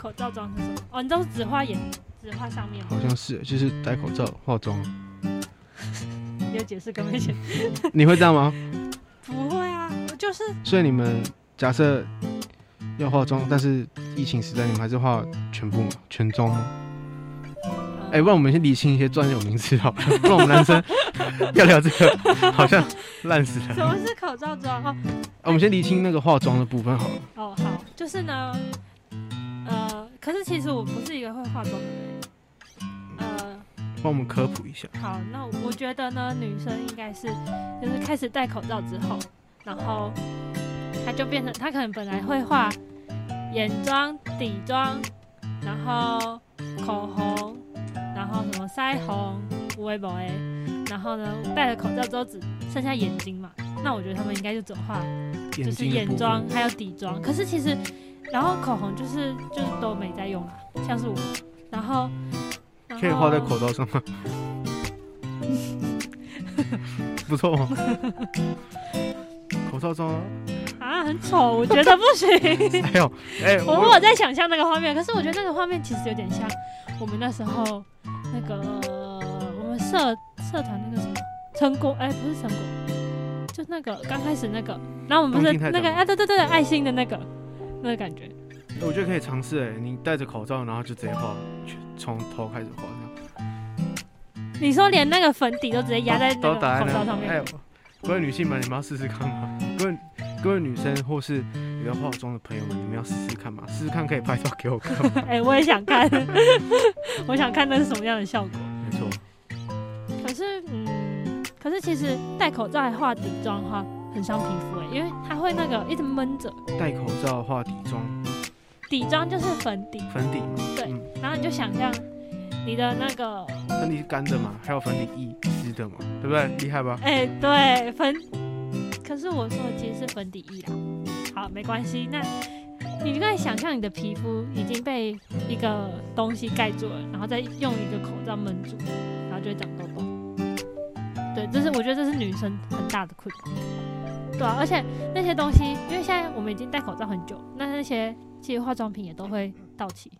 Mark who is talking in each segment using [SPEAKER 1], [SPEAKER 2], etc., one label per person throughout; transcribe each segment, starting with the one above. [SPEAKER 1] 口罩妆是什么？哦，你都是只画眼，只画上面吗？
[SPEAKER 2] 好像是，就是戴口罩、化妆，
[SPEAKER 1] 你有解释跟没解释？
[SPEAKER 2] 你会这 样吗？
[SPEAKER 1] 不会啊，我就是
[SPEAKER 2] 所以你们假设要化妆，但是疫情时代你们还是化全部吗？全妆吗？哎、
[SPEAKER 1] 呃
[SPEAKER 2] 不然我们先理清一些专有名词好 了，不然我们男生要聊这个好像烂死了。
[SPEAKER 1] 什么是口罩妆？哦
[SPEAKER 2] 啊我们先理清那个化妆的部分好了。
[SPEAKER 1] 哦，好，就是呢，呃，可是其实我不是一个会化妆的人。呃，
[SPEAKER 2] 帮我们科普一下。
[SPEAKER 1] 好，那我觉得呢，女生应该是就是开始戴口罩之后，然后她就变成她可能本来会画眼妆、底妆，然后口红，然后什么腮红、微博哎，然后呢戴了口罩之后只剩下眼睛嘛，那我觉得她们应该就只画就是
[SPEAKER 2] 眼睛的
[SPEAKER 1] 眼
[SPEAKER 2] 部
[SPEAKER 1] 妆
[SPEAKER 2] 分，
[SPEAKER 1] 还有底妆，可是其实，然后口红就是就是都没在用啊，像是我，然后然后
[SPEAKER 2] 可以画在口罩上吗？
[SPEAKER 1] 哦
[SPEAKER 2] 不错哦， 口罩妆啊，
[SPEAKER 1] 啊，很丑，我觉得不 行。
[SPEAKER 2] 还有哎，
[SPEAKER 1] 我
[SPEAKER 2] 我
[SPEAKER 1] 我在想象那个画面，可是我觉得那个画面其实有点像我们那时候那个我们社社团那个什么成果，哎、不是成果，就那个刚开始那个，然后我们不
[SPEAKER 2] 东
[SPEAKER 1] 是
[SPEAKER 2] 京泰
[SPEAKER 1] 那
[SPEAKER 2] 坦
[SPEAKER 1] 个
[SPEAKER 2] 吗
[SPEAKER 1] 啊，对对对，对爱心的那个那个感觉，
[SPEAKER 2] 我觉得可以尝试哎，你戴着口罩，然后就直接画，全从头开始画这样。
[SPEAKER 1] 你说连那个粉底都直接压在那
[SPEAKER 2] 都
[SPEAKER 1] 个
[SPEAKER 2] 打在
[SPEAKER 1] 口罩
[SPEAKER 2] 那
[SPEAKER 1] 上
[SPEAKER 2] 里。
[SPEAKER 1] 面，
[SPEAKER 2] 哎呦，各位女性们，你们要试试看吗？各位各位女生或是有要化妆的朋友们，你们要试试看嘛，试试看可以拍照给我看吗。
[SPEAKER 1] 哎、我也想看， 我想看那是什么样的效果。
[SPEAKER 2] 没错，
[SPEAKER 1] 可是，嗯，可是其实戴口罩还化底妆的话，很伤皮肤哎、因为它会那个一直闷着。
[SPEAKER 2] 戴口罩画底妆
[SPEAKER 1] 底妆就是粉底，
[SPEAKER 2] 粉底嘛，嗯
[SPEAKER 1] 然后你就想象你的那个，
[SPEAKER 2] 粉底是干的嘛，还有粉底液湿的嘛，对不对？厉害吧？
[SPEAKER 1] 哎、对，粉。可是我说的其实是粉底液啦。好，没关系，那。你就可以想象你的皮肤已经被一个东西盖住了，然后再用一个口罩闷住，然后就会长痘痘。对，这是我觉得这是女生很大的困扰。对啊，而且那些东西，因为现在我们已经戴口罩很久，那那些其实化妆品也都会到期，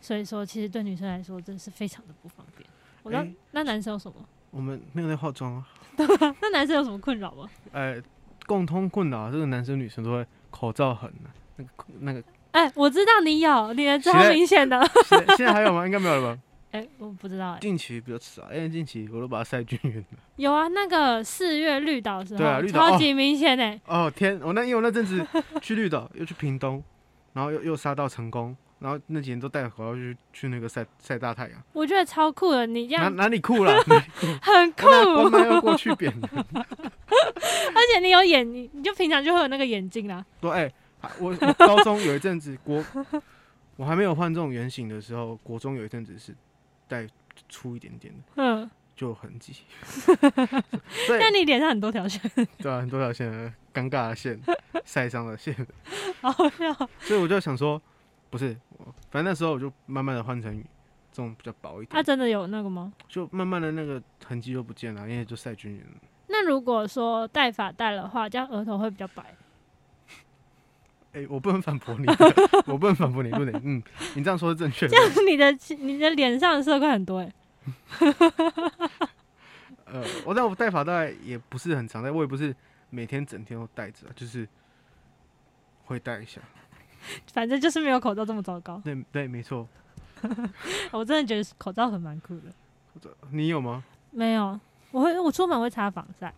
[SPEAKER 1] 所以说其实对女生来说真是非常的不方便。我知道、
[SPEAKER 2] 哎
[SPEAKER 1] 那男生有什么？
[SPEAKER 2] 我们没有在化妆啊，
[SPEAKER 1] 那男生有什么困扰吗？
[SPEAKER 2] 呃，共通困扰啊，这个男生女生都会口罩痕啊，那个那个，
[SPEAKER 1] 哎、我知道你有，你的超
[SPEAKER 2] 现在
[SPEAKER 1] 明显的。
[SPEAKER 2] 现在现在还有吗？应该没有了吧？
[SPEAKER 1] 哎、我不知道哎、
[SPEAKER 2] 近期比较迟啊，因为近期我都把它晒均匀了。
[SPEAKER 1] 有啊，那个四月绿岛的时候，
[SPEAKER 2] 对啊绿岛
[SPEAKER 1] 超级明显哎、
[SPEAKER 2] 哦天，我那因为我那阵子 去绿岛，又去屏东，然后又又杀到成功，然后那几天都戴着口罩去去那个晒晒大太阳，
[SPEAKER 1] 我觉得超酷的，你这
[SPEAKER 2] 哪
[SPEAKER 1] 样
[SPEAKER 2] 哪里酷了？哪里酷
[SPEAKER 1] 很酷，
[SPEAKER 2] 我那我那要过去扁了。
[SPEAKER 1] 而且你有眼，你你就平常就会有那个眼镜啦。
[SPEAKER 2] 说哎、啊我我高中有一阵子国，我还没有换这种圆形的时候，国中有一阵子是戴粗一点点的，
[SPEAKER 1] 嗯，
[SPEAKER 2] 就有痕迹。 所以
[SPEAKER 1] 但你脸上很多条线，
[SPEAKER 2] 对啊，很多条线啊，尴尬的线，晒伤的线，
[SPEAKER 1] 好好笑。
[SPEAKER 2] 所以我就想说，不是，我反正那时候我就慢慢的换成这种比较薄一点
[SPEAKER 1] 他、，真的有那个吗？
[SPEAKER 2] 就慢慢的那个痕迹就不见了，因为就晒均匀了。
[SPEAKER 1] 那如果说戴发带的话，这样额头会比较白。
[SPEAKER 2] 哎、我不能反驳你， 我不能反驳你论点，嗯，你这样说是正确 的
[SPEAKER 1] 这。样你的你的脸上的色块很多哎、
[SPEAKER 2] 呃，我但我戴发带也不是很常戴，我也不是每天整天都戴着啊，就是会戴一下。
[SPEAKER 1] 反正就是没有口罩这么糟糕。
[SPEAKER 2] 对对，没错。
[SPEAKER 1] 我真的觉得口罩很蛮酷的。
[SPEAKER 2] 你有吗？
[SPEAKER 1] 没有，我会我出门会擦防晒，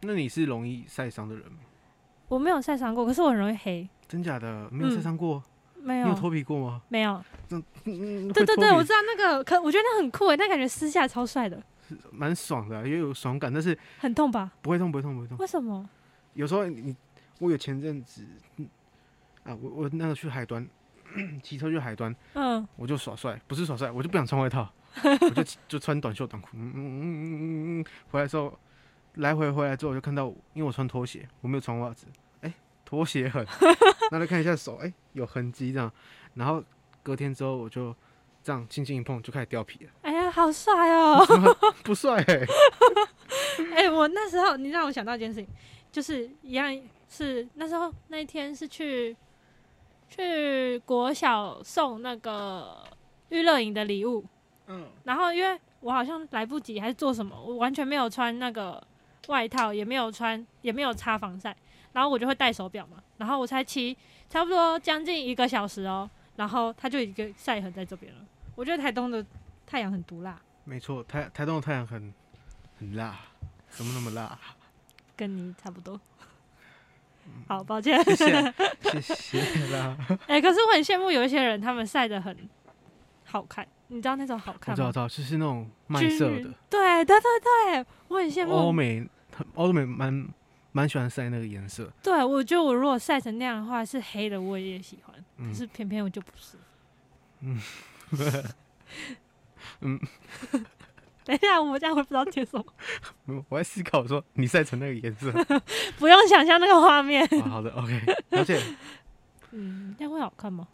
[SPEAKER 2] 那你是容易晒伤的人吗？
[SPEAKER 1] 我没有晒伤过，可是我很容易黑。
[SPEAKER 2] 真假的？没有晒伤过？
[SPEAKER 1] 嗯没
[SPEAKER 2] 你
[SPEAKER 1] 有
[SPEAKER 2] 有，脱皮过吗？
[SPEAKER 1] 没有。
[SPEAKER 2] 嗯，
[SPEAKER 1] 对对
[SPEAKER 2] 会脱
[SPEAKER 1] 对，
[SPEAKER 2] 皮
[SPEAKER 1] 我知道那个，可我觉得那很酷欸诶，那感觉撕下来超帅的，
[SPEAKER 2] 蛮爽的啊、也有爽感，但是
[SPEAKER 1] 很痛吧？
[SPEAKER 2] 不会痛，不会痛，不会痛。
[SPEAKER 1] 为什么？
[SPEAKER 2] 有时候你，我有前阵子，嗯啊，我我那个去海端，骑车去海端，
[SPEAKER 1] 嗯，
[SPEAKER 2] 我就耍帅，不是耍帅，我就不想穿外套，我就就穿短袖短裤，嗯嗯嗯嗯嗯嗯，回来之后，来回回来之后，我就看到我，因为我穿拖鞋，我没有穿袜子，哎、拖鞋痕， 那就看一下手，哎、有痕迹这样，然后隔天之后我就这样轻轻一碰就开始掉皮了，
[SPEAKER 1] 哎呀，好帅哦！
[SPEAKER 2] 不帅哎、
[SPEAKER 1] 哎、我那时候你让我想到一件事情，就是一样是那时候那一天是去去国小送那个娱乐营的礼物，
[SPEAKER 2] 嗯，
[SPEAKER 1] 然后因为我好像来不及还是做什么，我完全没有穿那个外套，也没有穿，也没有擦防晒，然后我就会戴手表嘛，然后我才骑差不多将近一个小时哦，然后它就一个晒痕在这边了。我觉得台东的太阳很毒辣，
[SPEAKER 2] 没错，台台东的太阳很很辣，怎么那么 辣？
[SPEAKER 1] 跟你差不多。好，抱歉。
[SPEAKER 2] 嗯谢谢谢谢啦，
[SPEAKER 1] 哎、可是我很羡慕有一些人，他们晒得很好看，你知道那种好
[SPEAKER 2] 我
[SPEAKER 1] 看
[SPEAKER 2] 知道，
[SPEAKER 1] 吗
[SPEAKER 2] 我？知道，就是那种麦色
[SPEAKER 1] 均
[SPEAKER 2] 的哦
[SPEAKER 1] 匀。对对对对，我很羡慕。
[SPEAKER 2] 欧美，他欧美蛮蛮喜欢晒那个颜色。
[SPEAKER 1] 对，我觉得我如果晒成那样的话，是黑的我也喜欢，可
[SPEAKER 2] 嗯
[SPEAKER 1] 是偏偏我就不是。
[SPEAKER 2] 嗯，嗯，
[SPEAKER 1] 等一下，我这样会不知道接什么，
[SPEAKER 2] 嗯我在思考说你晒成那个颜 色。
[SPEAKER 1] 不用想象那个画面。
[SPEAKER 2] 啊好的，OK，而且
[SPEAKER 1] 嗯，那样会好看吗？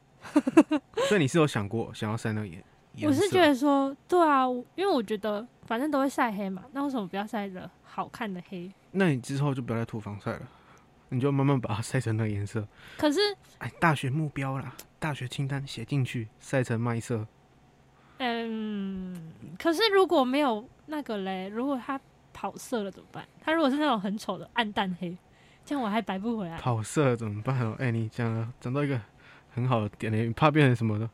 [SPEAKER 2] 所以你是有想过想要晒那个颜颜
[SPEAKER 1] 我
[SPEAKER 2] 色？
[SPEAKER 1] 是觉得说，对啊，我因为我觉得反正都会晒黑嘛，那为什么不要晒的好看的黑？
[SPEAKER 2] 那你之后就不要再涂防晒了，你就慢慢把它晒成那个颜色。
[SPEAKER 1] 可是，
[SPEAKER 2] 哎，大学目标啦，大学清单写进去，晒成麦色。
[SPEAKER 1] 嗯，可是如果没有那个嘞，如果它跑色了怎么办？它如果是那种很丑的暗淡黑，这样我还白不回来。
[SPEAKER 2] 跑色怎么办哦？哎、你讲了讲到一个很好的点嘞，你怕变成什么的？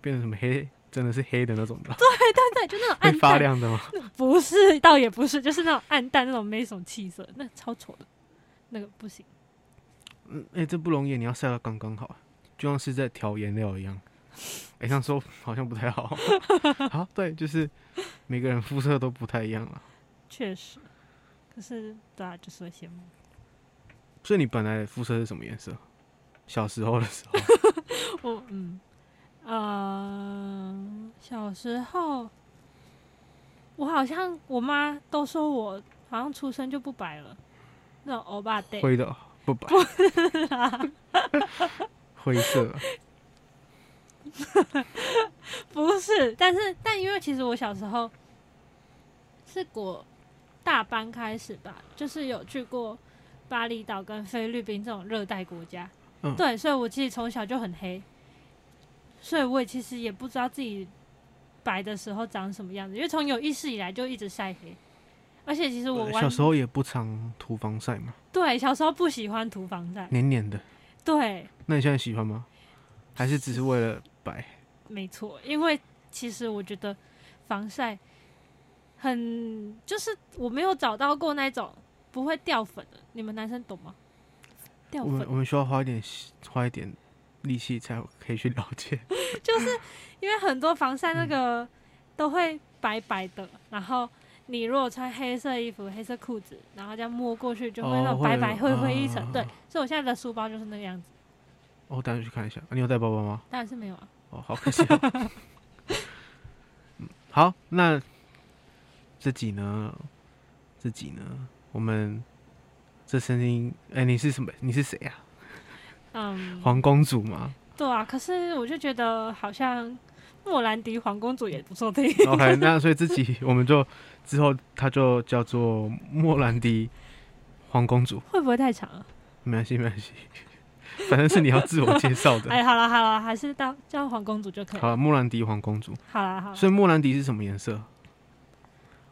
[SPEAKER 2] 变成什么黑？真的是黑的那种的，
[SPEAKER 1] 对，就那种
[SPEAKER 2] 会
[SPEAKER 1] 暗
[SPEAKER 2] 发
[SPEAKER 1] 淡
[SPEAKER 2] 亮的吗？
[SPEAKER 1] 不是，倒也不是，就是那种暗淡那种没什么气色，那超丑的，那个不行。
[SPEAKER 2] 嗯，哎、这不容易，你要晒到刚刚好，啊就像是在调颜料一样。哎、这样说好像不 太好。好，对，就是每个人肤色都不太一样了，
[SPEAKER 1] 确实，可是对啊，就是会羡慕。
[SPEAKER 2] 所以你本来的肤色是什么颜色？小时候的时候，
[SPEAKER 1] 我嗯，呃，小时候我好像我妈都说我好像出生就不白了，那种欧巴 day。
[SPEAKER 2] 灰的不白， 灰色。
[SPEAKER 1] 不是，但是但因为其实我小时候是国大班开始吧，就是有去过巴厘岛跟菲律宾这种热带国家，
[SPEAKER 2] 嗯
[SPEAKER 1] 对，所以我其实从小就很黑，所以我也其实也不知道自己白的时候长什么样子，因为从有意识以来就一直晒黑，而且其实我
[SPEAKER 2] 小
[SPEAKER 1] 完
[SPEAKER 2] 时候也不常涂防晒嘛，
[SPEAKER 1] 对小时候不喜欢涂防晒，
[SPEAKER 2] 黏黏的。
[SPEAKER 1] 对，
[SPEAKER 2] 那你现在喜欢吗？还是只是为了白？
[SPEAKER 1] 没错，因为其实我觉得防晒很，就是我没有找到过那种不会掉粉的，你们男生懂吗？掉
[SPEAKER 2] 我们
[SPEAKER 1] 粉
[SPEAKER 2] 我们需要花一点花一点力气才可以去了解。
[SPEAKER 1] 就是因为很多防晒那
[SPEAKER 2] 嗯
[SPEAKER 1] 个都会白白的，然后你如果穿黑色衣服、黑色裤子，然后这样摸过去就会那
[SPEAKER 2] 哦
[SPEAKER 1] 种
[SPEAKER 2] 会
[SPEAKER 1] 白
[SPEAKER 2] 有
[SPEAKER 1] 白灰灰一层。
[SPEAKER 2] 啊
[SPEAKER 1] 对，所以我现在的书包就是那个样子，
[SPEAKER 2] 哦我带你去看一下。啊你有带包包吗？
[SPEAKER 1] 当然是没有啊。
[SPEAKER 2] 哦，好可惜、哦。嗯好，那这集呢？这集呢？我们这声音，哎、你是什么？你是谁啊？
[SPEAKER 1] 嗯，
[SPEAKER 2] 黄公主吗
[SPEAKER 1] 对啊，可是我就觉得好像莫兰迪黄公主也不错听。
[SPEAKER 2] ？OK，那所以这集我们就之后，它就叫做莫兰迪黄公主。
[SPEAKER 1] 会不会太长啊？
[SPEAKER 2] 没关系，没关系， 反正是你要自我介绍的。
[SPEAKER 1] 哎，好了好了，还是到叫黄公主就可以
[SPEAKER 2] 好
[SPEAKER 1] 了。
[SPEAKER 2] 了，莫兰迪黄公主。
[SPEAKER 1] 好了好了，
[SPEAKER 2] 所以莫兰迪是什么颜色？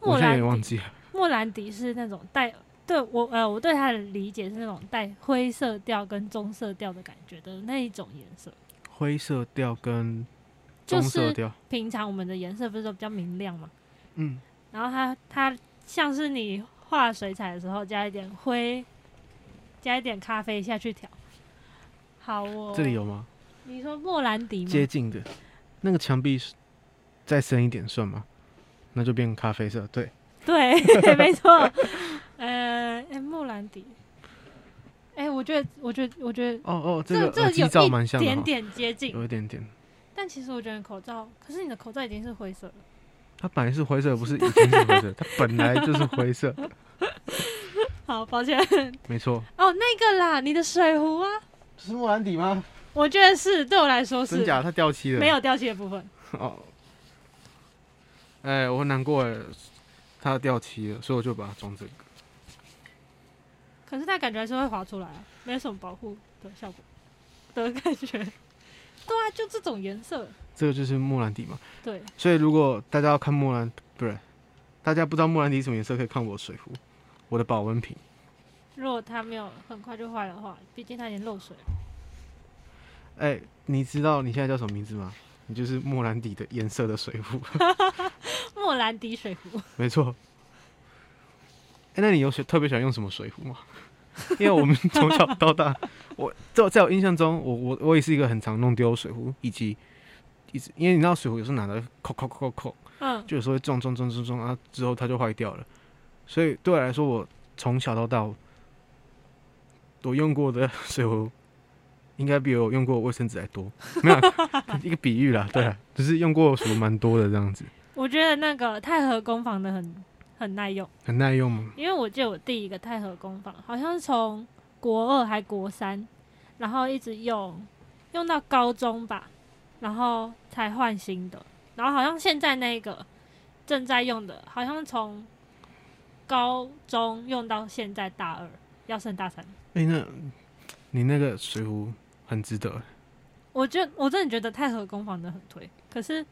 [SPEAKER 2] 我
[SPEAKER 1] 莫
[SPEAKER 2] 现在
[SPEAKER 1] 兰
[SPEAKER 2] 也忘
[SPEAKER 1] 迪，
[SPEAKER 2] 记了。
[SPEAKER 1] 莫兰迪是那种带对我呃，我对它的理解是那种带灰色调跟棕色调的感觉的那一种颜色。
[SPEAKER 2] 灰色调跟
[SPEAKER 1] 就
[SPEAKER 2] 棕色
[SPEAKER 1] 是哦
[SPEAKER 2] 调。
[SPEAKER 1] 平常我们的颜色不是都比较明亮嘛，
[SPEAKER 2] 嗯，
[SPEAKER 1] 然后它它像是你画水彩的时候加一点灰，加一点咖啡下去调。好哦，
[SPEAKER 2] 这里有吗？
[SPEAKER 1] 你说莫兰迪
[SPEAKER 2] 接
[SPEAKER 1] 吗？
[SPEAKER 2] 近的，那个墙壁是再深一点算吗？那就变咖啡色。对，
[SPEAKER 1] 对， 没错。呃，哎，莫兰迪。哎，我觉得，我觉得，我觉得
[SPEAKER 2] 哦哦，
[SPEAKER 1] 这
[SPEAKER 2] 个
[SPEAKER 1] 这
[SPEAKER 2] 耳
[SPEAKER 1] 有
[SPEAKER 2] 机罩蛮像
[SPEAKER 1] 一
[SPEAKER 2] 的
[SPEAKER 1] 点
[SPEAKER 2] 哈，嗯
[SPEAKER 1] 点接近，
[SPEAKER 2] 有一点点。
[SPEAKER 1] 但其实我觉得口罩，可是你的口罩已经是灰色了，
[SPEAKER 2] 它本来是灰色，不是已经是灰色，它本来就是 灰色，
[SPEAKER 1] 好抱歉
[SPEAKER 2] 没错。
[SPEAKER 1] 哦，那个啦，你的水壶啊，
[SPEAKER 2] 是莫兰迪吗？
[SPEAKER 1] 我觉得是对我来说
[SPEAKER 2] 真
[SPEAKER 1] 是
[SPEAKER 2] 假？它掉漆了。
[SPEAKER 1] 没有掉漆的部分，
[SPEAKER 2] 哦，哎、我很难过哎，它掉漆了，所以我就把它装这个。
[SPEAKER 1] 可是它感觉还是会滑出来啊，没有什么保护的效果。的感觉。对啊，就这种颜色，
[SPEAKER 2] 这个就是莫兰迪嘛。
[SPEAKER 1] 对，
[SPEAKER 2] 所以如果大家要看莫兰，不是，大家不知道莫兰迪什么颜色，可以看我的水壶，我的保温瓶。
[SPEAKER 1] 如果它没有很快就坏的话，毕竟它已经漏水了。
[SPEAKER 2] 哎、你知道你现在叫什么名字吗？你就是莫兰迪的颜色的水壶，
[SPEAKER 1] 莫兰迪水壶，
[SPEAKER 2] 没错。哎、那你有喜特别喜欢用什么水壶吗？ 因为我们从小到大，我在我在我印象中，我我我也是一个很常弄丢水壶，以及一直因为你知道水壶有时候拿的扣扣扣扣扣，
[SPEAKER 1] 嗯，
[SPEAKER 2] 就有时候会撞撞撞撞撞啊，之后它就坏掉了。所以对我来说，我从小到大，我用过的水壶应该比我用过的卫生纸还多。没有啊 一个比喻啦，对啊，只是用过的水壶蛮多的这样子，
[SPEAKER 1] 我觉得那个太和工坊的很很耐用，
[SPEAKER 2] 很耐用嘛。
[SPEAKER 1] 因为我记得我第一个太和工坊好像是从国二还国三，然后一直用用到高中吧，然后才换新的，然后好像现在那个正在用的，好像从高中用到现在大二，要升大三。
[SPEAKER 2] 哎、那你那个水壶很值得，
[SPEAKER 1] 我觉得我真的觉得太和工坊的很推，可是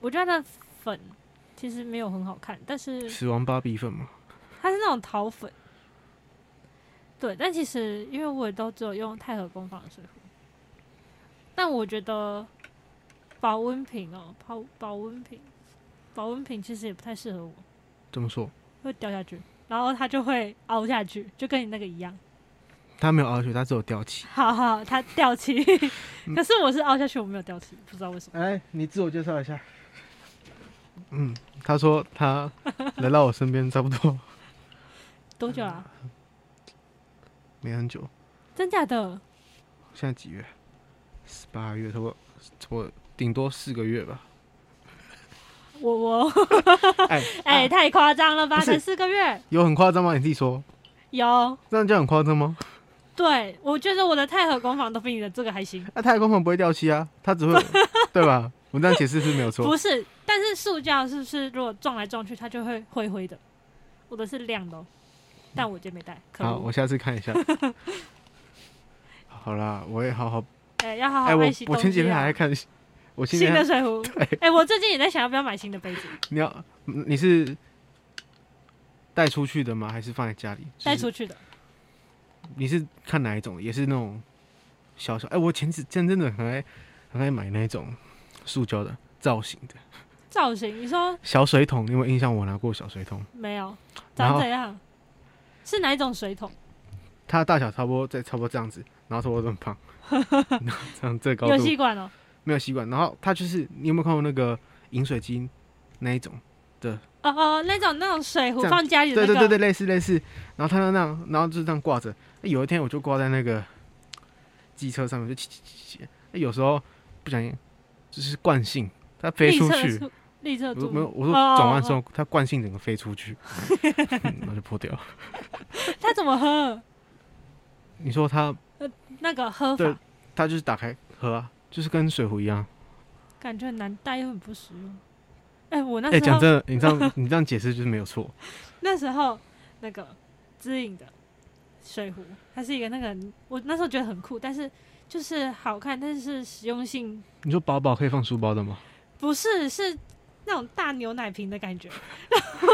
[SPEAKER 1] 我觉得它的粉其实没有很好看，但是
[SPEAKER 2] 死亡芭比粉嘛。
[SPEAKER 1] 它是那种桃粉。对，但其实因为我也都只有用太和工坊的水壶，但我觉得保温瓶哦，保保温瓶，保温瓶其实也不太适合我，
[SPEAKER 2] 怎么说？
[SPEAKER 1] 会掉下去，然后它就会凹下去，就跟你那个一样。
[SPEAKER 2] 它没有凹血，它只有掉漆。
[SPEAKER 1] 好好，它掉漆，
[SPEAKER 2] 嗯
[SPEAKER 1] 可是我是凹下去，我没有掉漆，不知道为什么。
[SPEAKER 2] 哎，你自我介绍一下。嗯，他说他来到我身边差不多
[SPEAKER 1] 多久啊？
[SPEAKER 2] 嗯没很久，
[SPEAKER 1] 真假的？
[SPEAKER 2] 现在几月？十八月，差不多，差不多顶多四个月吧。
[SPEAKER 1] 我我
[SPEAKER 2] 哎、
[SPEAKER 1] 哎、
[SPEAKER 2] 啊
[SPEAKER 1] 太夸张了吧？
[SPEAKER 2] 不是
[SPEAKER 1] 才四个月，
[SPEAKER 2] 有很夸张吗？你自己说，
[SPEAKER 1] 有。
[SPEAKER 2] 这样就很夸张吗？
[SPEAKER 1] 对，我觉得我的太和工坊都比你的这个还行。
[SPEAKER 2] 那、太阳啊工坊不会掉漆啊，它只会，对吧？我这样解释是没有错
[SPEAKER 1] 不。是，但是塑胶是不是如果撞来撞去，它就会灰灰的？我的是亮的、哦，但我今天没带。可
[SPEAKER 2] 好，
[SPEAKER 1] 恶！
[SPEAKER 2] 我下 次看一下。好啦，我也好好。
[SPEAKER 1] 哎、要好
[SPEAKER 2] 哎、
[SPEAKER 1] 好
[SPEAKER 2] 我
[SPEAKER 1] 爱惜东
[SPEAKER 2] 我
[SPEAKER 1] 西、啊。
[SPEAKER 2] 前几天还在看， 我前几
[SPEAKER 1] 新的
[SPEAKER 2] 天
[SPEAKER 1] 水壶。 哎、我最近也在想要不要买新的杯子，
[SPEAKER 2] 你要你是带出去的吗？还是放在家里？就是
[SPEAKER 1] 带出去的。
[SPEAKER 2] 你是看哪一种？也是那种小小？哎、我前几真真的很爱很爱买那种塑胶的造型的
[SPEAKER 1] 造型，你说
[SPEAKER 2] 小水桶，你有没有印象？我拿过小水桶，
[SPEAKER 1] 没有？
[SPEAKER 2] 然
[SPEAKER 1] 长
[SPEAKER 2] 后
[SPEAKER 1] 怎样？是哪一种水桶？
[SPEAKER 2] 它的大小差不多在差不多这样子，然后差不多这 么胖， 然后这样这个高
[SPEAKER 1] 有
[SPEAKER 2] 度
[SPEAKER 1] 吸管哦。
[SPEAKER 2] 没有吸管，然后它就是你有没有看过那个饮水机那一种？
[SPEAKER 1] 哦哦，那种那种水壶
[SPEAKER 2] 这样
[SPEAKER 1] 放家里的
[SPEAKER 2] 对
[SPEAKER 1] 那个。
[SPEAKER 2] 对对对，类似类似，然后它就那样，然后就是这样挂着。哎有一天我就挂在那个机车上面，就骑骑骑骑。哎有时候不小心就是惯性，它飞
[SPEAKER 1] 立
[SPEAKER 2] 出
[SPEAKER 1] 侧
[SPEAKER 2] 去，
[SPEAKER 1] 柱，立侧
[SPEAKER 2] 我
[SPEAKER 1] 柱
[SPEAKER 2] 说没有，我说
[SPEAKER 1] 哦
[SPEAKER 2] 转弯的时
[SPEAKER 1] 哦
[SPEAKER 2] 候，它惯性整个飞出 去，嗯然后就破掉。
[SPEAKER 1] 哦他怎么喝？
[SPEAKER 2] 你说它
[SPEAKER 1] 那个喝
[SPEAKER 2] 对
[SPEAKER 1] 法
[SPEAKER 2] 它就是打开喝啊，就是跟水壶一样。
[SPEAKER 1] 感觉很难带，又很不实用。哎、我那
[SPEAKER 2] 哎，
[SPEAKER 1] 时
[SPEAKER 2] 讲
[SPEAKER 1] 候、
[SPEAKER 2] 真的，你这样你这样解释就是没有错。
[SPEAKER 1] 那时候那个知影的水壶，它是一个那个我那时候觉得很酷，但是就是好看，但是实用性
[SPEAKER 2] 你说宝宝可以放书包的吗？
[SPEAKER 1] 不是是那种大牛奶瓶的感觉。然 后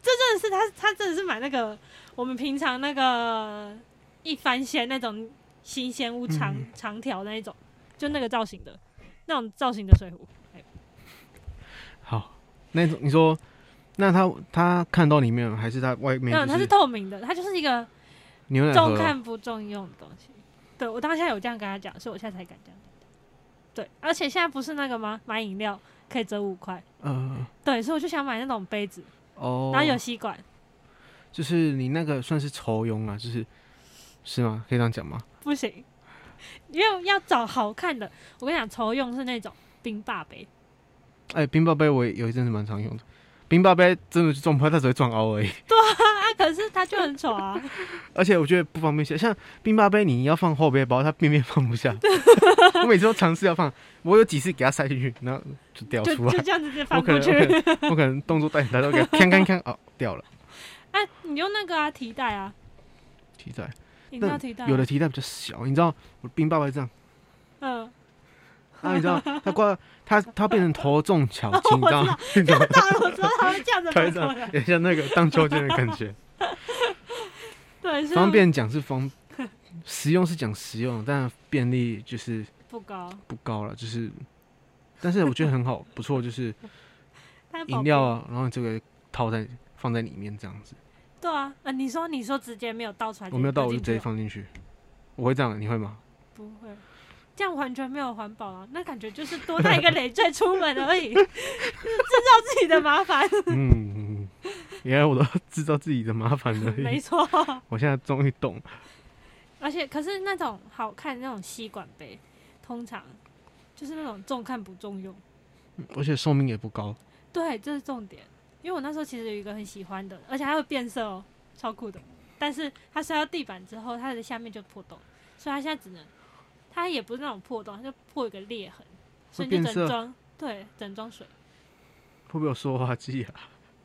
[SPEAKER 1] 这真的是他他真的是买那个我们平常那个一番鲜那种新鲜屋长、
[SPEAKER 2] 嗯
[SPEAKER 1] 长条那一种，就那个造型的那种造型的水壶。
[SPEAKER 2] 好，那种你说，那它它看到里面还是它外面
[SPEAKER 1] 没有，它
[SPEAKER 2] 就是
[SPEAKER 1] 透明的，它就是一个
[SPEAKER 2] 牛 奶
[SPEAKER 1] 重
[SPEAKER 2] 盒
[SPEAKER 1] 看不重用的东西。对我当下有这样跟他讲，所以我现在才敢这样。对，而且现在不是那个吗？买饮料可以折五块。
[SPEAKER 2] 呃
[SPEAKER 1] 对，所以我就想买那种杯子，
[SPEAKER 2] 哦，
[SPEAKER 1] 然后有吸管，
[SPEAKER 2] 就是你那个算是抽佣啊，就是是吗？可以这样讲吗？
[SPEAKER 1] 不行， 因为要找好看的。我跟你讲，愁用是那种冰霸杯，
[SPEAKER 2] 哎、冰雹杯我也有一阵子蛮常用的，冰雹杯真的是撞不坏，它只会撞凹而已。
[SPEAKER 1] 啊，可是它就很丑啊。
[SPEAKER 2] 而且我觉得不方便卸，像冰霸杯你要放后背包，它偏偏放不下。 我每次都尝试要放，我有几次给它塞进去，然后就掉
[SPEAKER 1] 就
[SPEAKER 2] 出
[SPEAKER 1] 就
[SPEAKER 2] 来。
[SPEAKER 1] 这样子直接
[SPEAKER 2] 我
[SPEAKER 1] 翻
[SPEAKER 2] 可
[SPEAKER 1] 过
[SPEAKER 2] 能
[SPEAKER 1] 去。
[SPEAKER 2] 我可 能我可能动作带很大，都给它锵锵锵哦掉了。
[SPEAKER 1] 哎、你用那个啊提袋啊，
[SPEAKER 2] 提袋，
[SPEAKER 1] 饮料
[SPEAKER 2] 但
[SPEAKER 1] 提袋啊、
[SPEAKER 2] 有的提袋比较小，你知道我冰霸杯这样
[SPEAKER 1] 嗯，
[SPEAKER 2] 啊，你知道他挂他他变成头重脚 轻，你知道吗？ 你知道吗
[SPEAKER 1] 当然啊我知道他们这样子
[SPEAKER 2] 台
[SPEAKER 1] 没错
[SPEAKER 2] 长
[SPEAKER 1] 的，
[SPEAKER 2] 有点像那个荡秋千的感觉。
[SPEAKER 1] 对，所以
[SPEAKER 2] 方便讲是方，实用是讲实用，但便利就是
[SPEAKER 1] 不高，
[SPEAKER 2] 不高了，就是。但是我觉得 很好，不错，就是
[SPEAKER 1] 但是宝
[SPEAKER 2] 饮料啊，然后这个套在放在里面这样子。
[SPEAKER 1] 贝对啊，呃，你说你说直接没有倒出来，
[SPEAKER 2] 我没有倒，啊我就
[SPEAKER 1] 进
[SPEAKER 2] 直接
[SPEAKER 1] 去
[SPEAKER 2] 放进去。我会这样，你会 吗？
[SPEAKER 1] 哦，不会，这样完全没有环保啊，那感觉就是多带一个累赘出门而已，就是制造自己的麻烦，
[SPEAKER 2] 嗯，原来我都制造自己的麻烦而
[SPEAKER 1] 没
[SPEAKER 2] 已。
[SPEAKER 1] 错。
[SPEAKER 2] 我现在终于懂了，
[SPEAKER 1] 而且可是那种好看那种吸管杯，通常就是那种重看不重用。
[SPEAKER 2] 而且寿命也不高。
[SPEAKER 1] 对，这是重点。因为我那时候其实有一个很喜欢的，而且还会变色哦，超酷的。但是它摔到地板之后，它的下面就破洞，所以它现在只能，它也不是那种破洞，它就破一个裂痕，所以你就
[SPEAKER 2] 会变
[SPEAKER 1] 只能
[SPEAKER 2] 色
[SPEAKER 1] 装对，只能装水。
[SPEAKER 2] 会不会有塑化剂啊？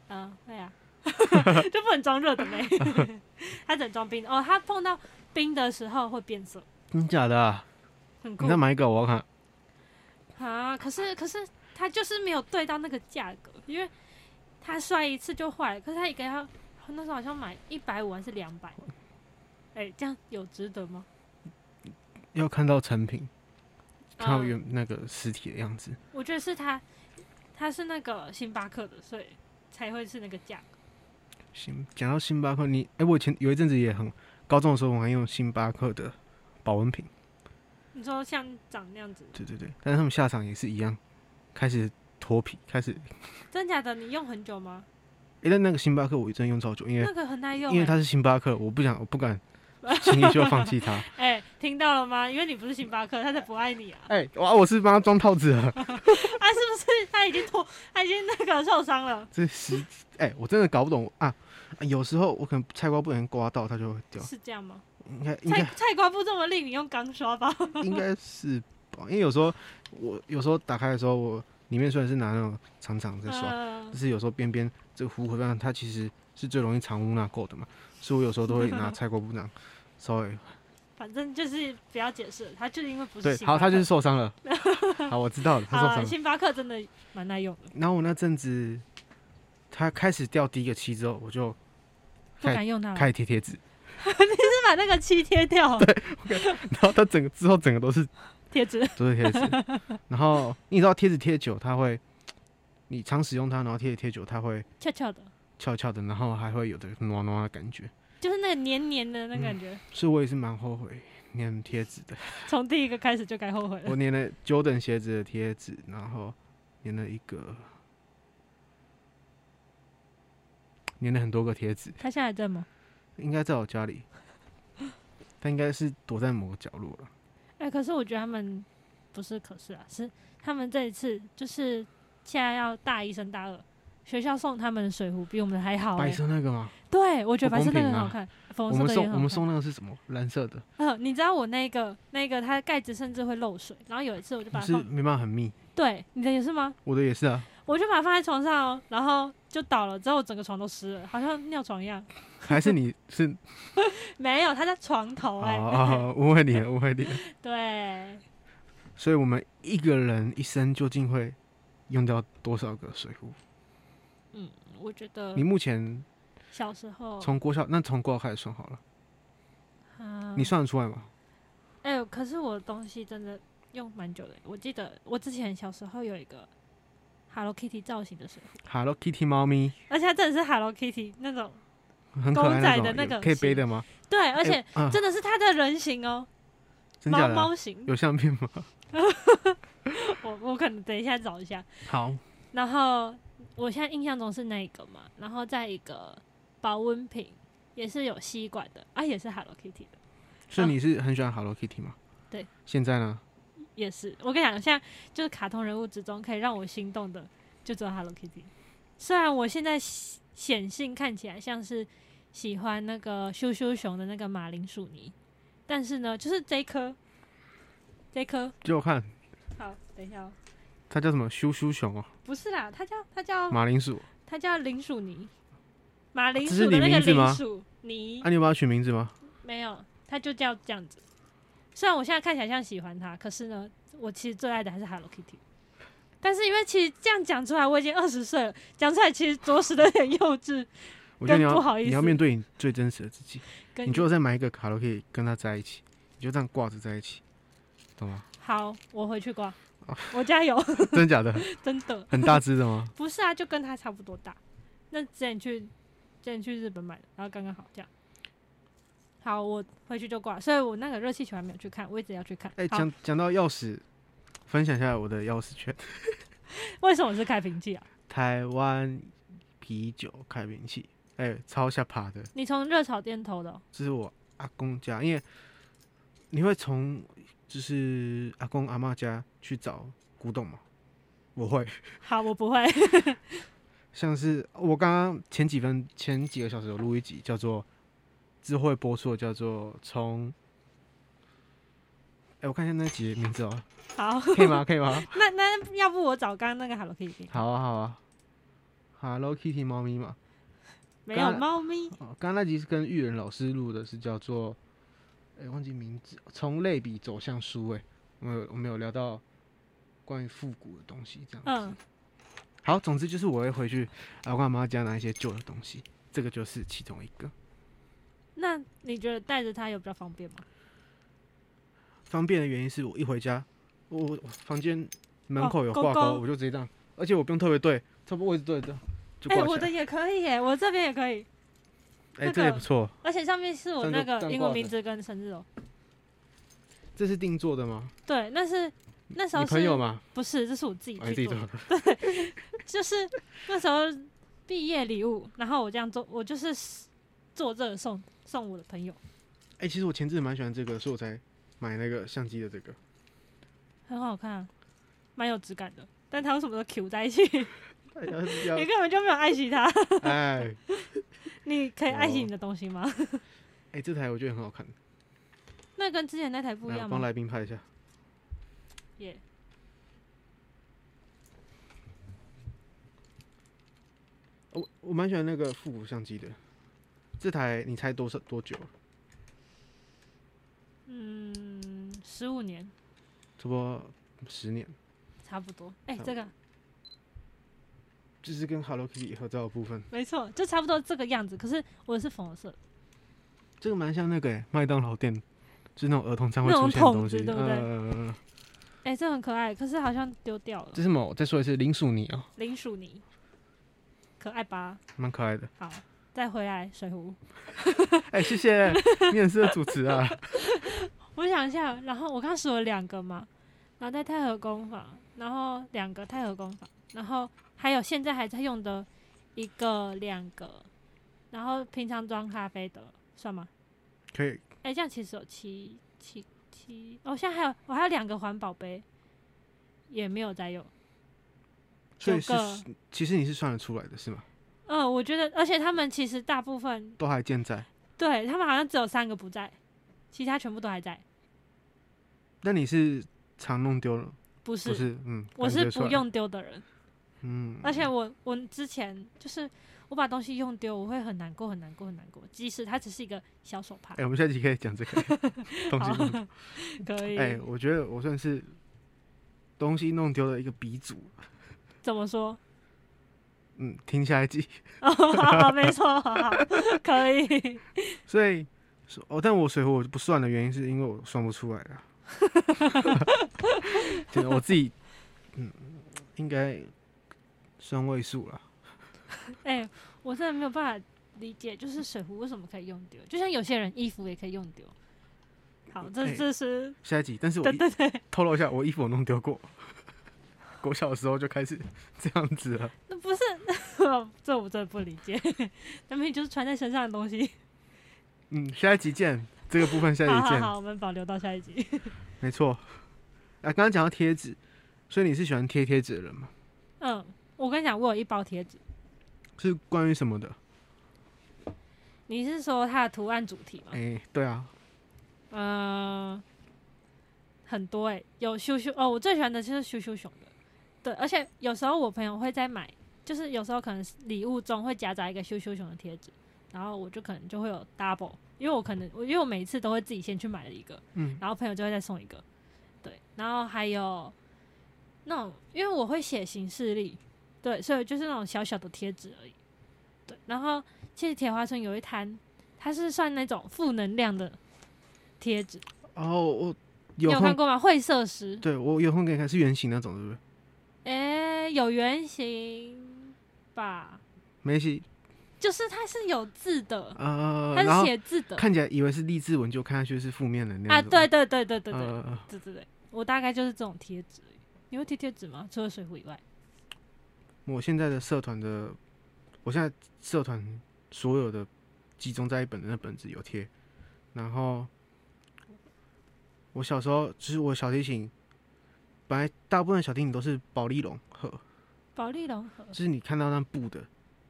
[SPEAKER 1] 嗯、对啊， 就不能装热的嘞， 它只能装冰的。哦，它碰到冰的时候会变色，
[SPEAKER 2] 真假的、啊？
[SPEAKER 1] 很酷
[SPEAKER 2] 你再买一个，我要看。
[SPEAKER 1] 啊。可是可是它就是没有对到那个价格，因为它摔一次就坏了，可是它一个要那时候好像买一百五还是两百，哎，这样有值得吗？
[SPEAKER 2] 要看到成品，看到
[SPEAKER 1] 嗯
[SPEAKER 2] 原那个实体的样子。
[SPEAKER 1] 我觉得是它，它是那个星巴克的，所以才会是那个价格。
[SPEAKER 2] 行，讲到星巴克，你哎、我以前有一阵子也很，高中的时候我还用星巴克的保温瓶，
[SPEAKER 1] 你说像长那样子，
[SPEAKER 2] 对对对，但是他们下场也是一样，开始脱皮，开始
[SPEAKER 1] 真假的？你用很久吗？
[SPEAKER 2] 哎、但那个星巴克我一阵用超久，因为
[SPEAKER 1] 那个很耐用、
[SPEAKER 2] 因为
[SPEAKER 1] 欸。
[SPEAKER 2] 它是星巴克，我不想我不敢轻易就放弃它。
[SPEAKER 1] 哎、听到了吗？因为你不是星巴克，他才不爱你啊！
[SPEAKER 2] 哎、哇，我是帮他装套子了，
[SPEAKER 1] 啊，是不是他已经脱，他已经那个受伤了？
[SPEAKER 2] 这是哎、我真的搞不懂啊啊有时候我可能菜瓜不小心刮到，它就会掉，
[SPEAKER 1] 是这样吗？
[SPEAKER 2] 应啊该应
[SPEAKER 1] 菜
[SPEAKER 2] 该
[SPEAKER 1] 菜瓜布这么令你用钢刷吧？
[SPEAKER 2] 应该是吧，因为有时候我有时候打开的时候，我里面虽然是拿那种长长在刷，
[SPEAKER 1] 嗯
[SPEAKER 2] 但是有时候边边这个糊糊让它其实是最容易藏污纳垢的嘛，所以我有时候都会拿菜瓜布囊稍 微
[SPEAKER 1] 反正就是不要解释，他就是因为不是
[SPEAKER 2] 对，
[SPEAKER 1] 星巴
[SPEAKER 2] 好，
[SPEAKER 1] 克。
[SPEAKER 2] 他就是受伤 了，好，我知道了，他
[SPEAKER 1] 好
[SPEAKER 2] 受伤
[SPEAKER 1] 啊，
[SPEAKER 2] 了。
[SPEAKER 1] 星巴克真的蛮耐用的，
[SPEAKER 2] 然后我那阵子他开始掉第一个漆之后，我就
[SPEAKER 1] 不敢用它了。
[SPEAKER 2] 开始贴贴纸，
[SPEAKER 1] 是把那个漆贴掉，
[SPEAKER 2] 然后他整个之后整个都是
[SPEAKER 1] 贴纸。
[SPEAKER 2] 都是 贴纸，然后你知道贴纸贴久，它会你常使用它，然后贴着贴久，它会。
[SPEAKER 1] 翘翘的，
[SPEAKER 2] 翘翘的，然后还会有的暖暖的感觉，
[SPEAKER 1] 就是那个黏黏的那感觉。
[SPEAKER 2] 所以我也是蛮后悔粘贴纸的。
[SPEAKER 1] 从第一个开始就该后悔了
[SPEAKER 2] 我。粘了 Jordan 鞋子的贴纸，然后粘了一个，粘了很多个贴纸，
[SPEAKER 1] 他现在还在吗？
[SPEAKER 2] 应该在我 家里，它应该是躲在某个角落了。
[SPEAKER 1] 哎、可是我觉得他们不是，可是啊，是他们这一次就是现在要大一升大二，学校送他们的水壶比我们的还好、
[SPEAKER 2] 白
[SPEAKER 1] 欸。
[SPEAKER 2] 色那个吗？
[SPEAKER 1] 对，我觉得白
[SPEAKER 2] 不
[SPEAKER 1] 色
[SPEAKER 2] 公
[SPEAKER 1] 那个很
[SPEAKER 2] 平啊
[SPEAKER 1] 好看，粉
[SPEAKER 2] 我
[SPEAKER 1] 红
[SPEAKER 2] 们
[SPEAKER 1] 色的也
[SPEAKER 2] 送
[SPEAKER 1] 很
[SPEAKER 2] 我
[SPEAKER 1] 好
[SPEAKER 2] 们
[SPEAKER 1] 看。
[SPEAKER 2] 送那个是什么？蓝色的，
[SPEAKER 1] 嗯，你知道我那个那个它盖子甚至会漏水，然后有一次我就把它
[SPEAKER 2] 可是
[SPEAKER 1] 放，
[SPEAKER 2] 没办法很密。
[SPEAKER 1] 对，你的也是吗？
[SPEAKER 2] 我的也 是啊，
[SPEAKER 1] 我就把它放在床上哦，然后就倒了，之后整个床都湿了，好像尿床一样。
[SPEAKER 2] 还是你是
[SPEAKER 1] 没有，它在床头
[SPEAKER 2] 啊
[SPEAKER 1] 哎、
[SPEAKER 2] 啊，误会你了，误会你了。
[SPEAKER 1] 对，
[SPEAKER 2] 所以我们一个人一生究竟会用掉多少个水壶？
[SPEAKER 1] 我觉得
[SPEAKER 2] 你目前
[SPEAKER 1] 小时候，
[SPEAKER 2] 从国小，那从国小开始算好了，
[SPEAKER 1] 啊
[SPEAKER 2] 你算得出来吗？
[SPEAKER 1] 哎、可是我的东西真的用蛮久的。我记得我之前小时候有一个 Hello Kitty 造型的水壶，
[SPEAKER 2] Hello Kitty 猫咪，
[SPEAKER 1] 而且它真的是 Hello Kitty 那种，
[SPEAKER 2] 很可爱那
[SPEAKER 1] 公仔的
[SPEAKER 2] 种，
[SPEAKER 1] 那个
[SPEAKER 2] 有可以背的吗？
[SPEAKER 1] 对，而且
[SPEAKER 2] 哎啊，
[SPEAKER 1] 真的是它的人形哦，
[SPEAKER 2] 真
[SPEAKER 1] 猫
[SPEAKER 2] 假的啊
[SPEAKER 1] 猫型。
[SPEAKER 2] 有 相片吗？
[SPEAKER 1] 我我可能等一下找一下。
[SPEAKER 2] 好，
[SPEAKER 1] 然后我现在印象中是那一个嘛，然后再一个保温瓶也是有吸管的啊，也是 Hello Kitty 的，
[SPEAKER 2] 所以
[SPEAKER 1] 啊
[SPEAKER 2] 你是很喜欢 Hello Kitty 吗？
[SPEAKER 1] 对。
[SPEAKER 2] 现在呢？
[SPEAKER 1] 也是。我跟你讲，现在就是卡通人物之中可以让我心动的，就只有 Hello Kitty。虽然我现在显显性看起来像是喜欢那个羞羞熊的那个马铃薯泥，但是呢，就是这一颗，这一颗，
[SPEAKER 2] 就我看
[SPEAKER 1] 好，等一下哦，
[SPEAKER 2] 它叫什么？羞羞熊哦，
[SPEAKER 1] 不是啦，它叫它叫
[SPEAKER 2] 马铃薯。
[SPEAKER 1] 它叫铃薯泥，马铃
[SPEAKER 2] 这是
[SPEAKER 1] 薯的
[SPEAKER 2] 你
[SPEAKER 1] 那个
[SPEAKER 2] 名字吗
[SPEAKER 1] 铃薯泥
[SPEAKER 2] 啊，你有帮它取名字吗？
[SPEAKER 1] 没有，它就叫这样子。虽然我现在看起来像喜欢它，可是呢，我其实最爱的还是 Hello Kitty。但是因为其实这样讲出来，我已经二十岁了，讲出来其实着实的有点幼稚。
[SPEAKER 2] 我觉得你
[SPEAKER 1] 更不好
[SPEAKER 2] 要
[SPEAKER 1] 意思
[SPEAKER 2] 你要面对你最真实的自己，
[SPEAKER 1] 跟
[SPEAKER 2] 你就再买一个卡拉 OK 跟他在一起，你就这样挂着在 一起，懂吗？
[SPEAKER 1] 好，我回去挂，
[SPEAKER 2] 哦
[SPEAKER 1] 我家有，
[SPEAKER 2] 真的假的？
[SPEAKER 1] 真的
[SPEAKER 2] 很大只的吗？
[SPEAKER 1] 不是啊，就跟它差不多大。那之前去之前去日本买的，然后刚刚好这样。好，我回去就挂，所以我那个热气球还没有去看，我一直要去看。
[SPEAKER 2] 哎、
[SPEAKER 1] 好
[SPEAKER 2] 讲讲到钥匙，分享一下我的钥匙圈，
[SPEAKER 1] 为什么是开瓶器啊？
[SPEAKER 2] 台湾啤酒开瓶器，哎、超下趴的，
[SPEAKER 1] 你从热炒店投的哦、
[SPEAKER 2] 这是我阿公家，因为你会从就是阿公阿嬷家去找古董嘛，我会，
[SPEAKER 1] 好，我不会。
[SPEAKER 2] 像是我刚刚前几分前几个小时有录一集叫做智慧播出的，叫做从。哎、我看一下那集的名字哦，
[SPEAKER 1] 好，
[SPEAKER 2] 可以吗？可以吗？
[SPEAKER 1] 那那要不我找刚刚那个 Hello Kitty，
[SPEAKER 2] 好啊，好啊，Hello Kitty 猫咪嘛。
[SPEAKER 1] 没有猫咪，
[SPEAKER 2] 哦，刚刚那集是跟玉人老师录的，是叫做，哎、忘记名字，从类比走向书、哎，我们有我们有聊到关于复古的东西，这样。
[SPEAKER 1] 嗯，
[SPEAKER 2] 好，总之就是我会回去阿公阿妈家拿一些旧的东西，这个就是其中一个。
[SPEAKER 1] 那你觉得带着它有比较方便吗？
[SPEAKER 2] 方便的原因是我一回家，我我房间门口有
[SPEAKER 1] 哦勾
[SPEAKER 2] 挂钩，
[SPEAKER 1] 勾
[SPEAKER 2] 我就直接这样，而且我不用特别对，差不多位置对着就
[SPEAKER 1] 哎、
[SPEAKER 2] 挂
[SPEAKER 1] 我
[SPEAKER 2] 起
[SPEAKER 1] 的
[SPEAKER 2] 来。
[SPEAKER 1] 也可以耶，我这边也可以，
[SPEAKER 2] 哎、
[SPEAKER 1] 那
[SPEAKER 2] 这也
[SPEAKER 1] 个
[SPEAKER 2] 不错，
[SPEAKER 1] 而且上面是我
[SPEAKER 2] 这
[SPEAKER 1] 那
[SPEAKER 2] 样就
[SPEAKER 1] 个
[SPEAKER 2] 这样
[SPEAKER 1] 英
[SPEAKER 2] 挂
[SPEAKER 1] 文
[SPEAKER 2] 着
[SPEAKER 1] 名字跟生日哦、
[SPEAKER 2] 这是定做的吗？
[SPEAKER 1] 对，那是那时候
[SPEAKER 2] 你
[SPEAKER 1] 是
[SPEAKER 2] 朋友吗？
[SPEAKER 1] 不是，这是我自己
[SPEAKER 2] 哎、自
[SPEAKER 1] 去
[SPEAKER 2] 己
[SPEAKER 1] 做
[SPEAKER 2] 做
[SPEAKER 1] 的，
[SPEAKER 2] 的。
[SPEAKER 1] 就是那时候毕业礼物，然后我这样做，我就是做这个送送我的朋友，
[SPEAKER 2] 哎、其实我前阵子蛮喜欢这个，所以我才买那个相机的这个。
[SPEAKER 1] 很好看、啊，蛮有质感的，但它为什么都 Q 在一起？你
[SPEAKER 2] 哎 要要
[SPEAKER 1] 根本就没有爱惜它，
[SPEAKER 2] 哎
[SPEAKER 1] 你可以爱
[SPEAKER 2] 哦
[SPEAKER 1] 惜你的东西吗？
[SPEAKER 2] 哎，这台我觉得很好看，
[SPEAKER 1] 那跟之前那台不一
[SPEAKER 2] 来
[SPEAKER 1] 样
[SPEAKER 2] 我帮
[SPEAKER 1] 吗？
[SPEAKER 2] 来宾拍一下。
[SPEAKER 1] 耶、
[SPEAKER 2] 我我蛮喜欢那个复古相机的，这台你猜多少多久？
[SPEAKER 1] 嗯，十五年
[SPEAKER 2] 差不多十年，
[SPEAKER 1] 差不多。哎、
[SPEAKER 2] 差不多
[SPEAKER 1] 这个
[SPEAKER 2] 就是跟 Hello Kitty 合照的部分，
[SPEAKER 1] 没错，就差不多这个样子。可是我是粉红色的，
[SPEAKER 2] 这个蛮像那个哎麦当劳店，就是那种儿童餐会
[SPEAKER 1] 那种
[SPEAKER 2] 出现的
[SPEAKER 1] 桶
[SPEAKER 2] 东
[SPEAKER 1] 子
[SPEAKER 2] 西。
[SPEAKER 1] 对不对
[SPEAKER 2] 嗯嗯
[SPEAKER 1] 哎、这很可爱，可是好像丢掉了
[SPEAKER 2] 这。是什么？我再说一次，林鼠你啊，
[SPEAKER 1] 林鼠泥，可爱吧？
[SPEAKER 2] 蛮可爱的。
[SPEAKER 1] 好，再回来水壶。
[SPEAKER 2] 哎，谢谢，你很适合主持啊。
[SPEAKER 1] 我想一下，然后我刚数了两个嘛，然后在太和工坊，然后两个太和工坊，然后还有现在还在用的一个两个，然后平常装咖啡的算吗？
[SPEAKER 2] 可以，
[SPEAKER 1] 哎、这样其实有七七七，哦，现在还有我还有两个环保杯，也没有在用。
[SPEAKER 2] 所以
[SPEAKER 1] 九
[SPEAKER 2] 是
[SPEAKER 1] 个
[SPEAKER 2] 其实你是算得出来的，是吗？
[SPEAKER 1] 嗯，我觉得，而且他们其实大部分
[SPEAKER 2] 都还健在。
[SPEAKER 1] 对他们好像只有三个不在，其他全部都还在。
[SPEAKER 2] 那你是常弄丢了？
[SPEAKER 1] 不
[SPEAKER 2] 不
[SPEAKER 1] 是，
[SPEAKER 2] 是，嗯，
[SPEAKER 1] 我
[SPEAKER 2] 感觉
[SPEAKER 1] 是
[SPEAKER 2] 出来
[SPEAKER 1] 不
[SPEAKER 2] 了，
[SPEAKER 1] 用丢的人，
[SPEAKER 2] 嗯，
[SPEAKER 1] 而且我我之前就是我把东西用丢，我会很难过，很难过，很难过。即使它只是一个小手帕
[SPEAKER 2] 哎、，我们下期可以讲这 个东西
[SPEAKER 1] 好
[SPEAKER 2] 弄 丢。
[SPEAKER 1] 可以、
[SPEAKER 2] 哎、我觉得我算是东西弄丢的一个鼻祖。
[SPEAKER 1] 怎么 说？
[SPEAKER 2] 嗯，听下一集。
[SPEAKER 1] 哦，好好没错，好好，可以。
[SPEAKER 2] 所以，所哦，但我水壶我就不算的原因是因为我算不出来 啦。真的，我自己，嗯，应该双位数了。
[SPEAKER 1] 哎、我真的没有办法理解，就是水壶为什么可以用丢，就像有些人衣服也可以用丢。好，这
[SPEAKER 2] 哎
[SPEAKER 1] 这是、
[SPEAKER 2] 下一集，但是我
[SPEAKER 1] 对
[SPEAKER 2] 一
[SPEAKER 1] 对对，
[SPEAKER 2] 透露一下，我衣服我弄丢过。 我小的时候就开始这样子了。
[SPEAKER 1] 那不是，哦这我真的不理解。 那明明就是穿在身上的东西。
[SPEAKER 2] 嗯，下一集见。这个部分下一
[SPEAKER 1] 好
[SPEAKER 2] 集
[SPEAKER 1] 好
[SPEAKER 2] 见。
[SPEAKER 1] 好，我们保留到下一集。
[SPEAKER 2] 没错。啊，刚刚讲到贴纸，所以你是喜欢贴贴纸的人吗？
[SPEAKER 1] 嗯，我跟你讲，我有一包贴纸。
[SPEAKER 2] 是关于什么的？
[SPEAKER 1] 你是说它的图案主题吗
[SPEAKER 2] 哎、？对啊，
[SPEAKER 1] 嗯、很多哎、有咻咻哦，我最喜欢的就是咻咻熊的。对，而且有时候我朋友会在买，就是有时候可能礼物中会夹杂一个咻咻熊的贴纸，然后我就可能就会有 double，因为我可能我因为我每一次都会自己先去买了一个，
[SPEAKER 2] 嗯，
[SPEAKER 1] 然后朋友就会再送一个，对，然后还有那种，因为我会写行事历，对，所以就是那种小小的贴纸而已，对。然后其实铁花村有一摊，它是算那种负能量的贴纸，
[SPEAKER 2] 哦，我
[SPEAKER 1] 你
[SPEAKER 2] 有
[SPEAKER 1] 有看过
[SPEAKER 2] 空，
[SPEAKER 1] 吗？会社石，
[SPEAKER 2] 对我有空给你看，是圆形那种，是不是？
[SPEAKER 1] 诶，有原型吧？
[SPEAKER 2] 没戏，
[SPEAKER 1] 就是它是有字的，
[SPEAKER 2] 呃，
[SPEAKER 1] 它
[SPEAKER 2] 然
[SPEAKER 1] 是
[SPEAKER 2] 后
[SPEAKER 1] 写字的
[SPEAKER 2] 看起来以为是励志文，就看下去是负面能量
[SPEAKER 1] 啊，
[SPEAKER 2] 那种
[SPEAKER 1] 对对对对对对
[SPEAKER 2] 呃，呃
[SPEAKER 1] 对对对，我大概就是这种贴纸而已。你会贴贴纸吗？除了水壶以外，
[SPEAKER 2] 我现在的社团的，我现在社团所有的集中在一本的那本子有贴，然后我小时候就是我小提琴，本来大部分小提琴都是保丽龙盒，
[SPEAKER 1] 保利龙盒，
[SPEAKER 2] 就是你看到那布的，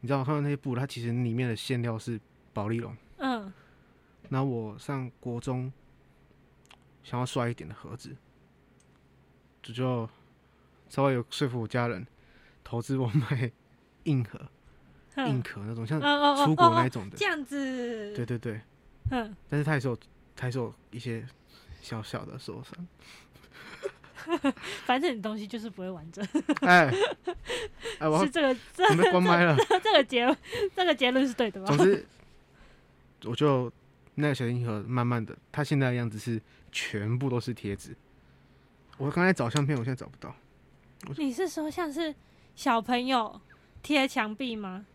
[SPEAKER 2] 你知道我看到那些布，它其实里面的馅料是保丽龙。
[SPEAKER 1] 嗯，
[SPEAKER 2] 然后我上国中想要帅一点的盒子，这就稍微有说服我家人投资我买硬盒。硬
[SPEAKER 1] 嗯
[SPEAKER 2] 壳那种，像
[SPEAKER 1] 哦哦
[SPEAKER 2] 出
[SPEAKER 1] 哦
[SPEAKER 2] 国
[SPEAKER 1] 哦
[SPEAKER 2] 那
[SPEAKER 1] 哦，
[SPEAKER 2] 种的。
[SPEAKER 1] 这样子，
[SPEAKER 2] 对，对对，
[SPEAKER 1] 嗯，
[SPEAKER 2] 但是它也是有，它也是有一些小小的受伤。
[SPEAKER 1] 反正你东西就是不会完整，
[SPEAKER 2] 哎哎，我
[SPEAKER 1] 是这个这
[SPEAKER 2] 要准备关麦了。
[SPEAKER 1] 这个结这个结论是对的吧
[SPEAKER 2] 总？之，我就那个小银盒，慢慢的，它现在的样子是全部都是贴纸。我刚才找相片，我现在找不到。
[SPEAKER 1] 你是说像是小朋友贴墙壁吗？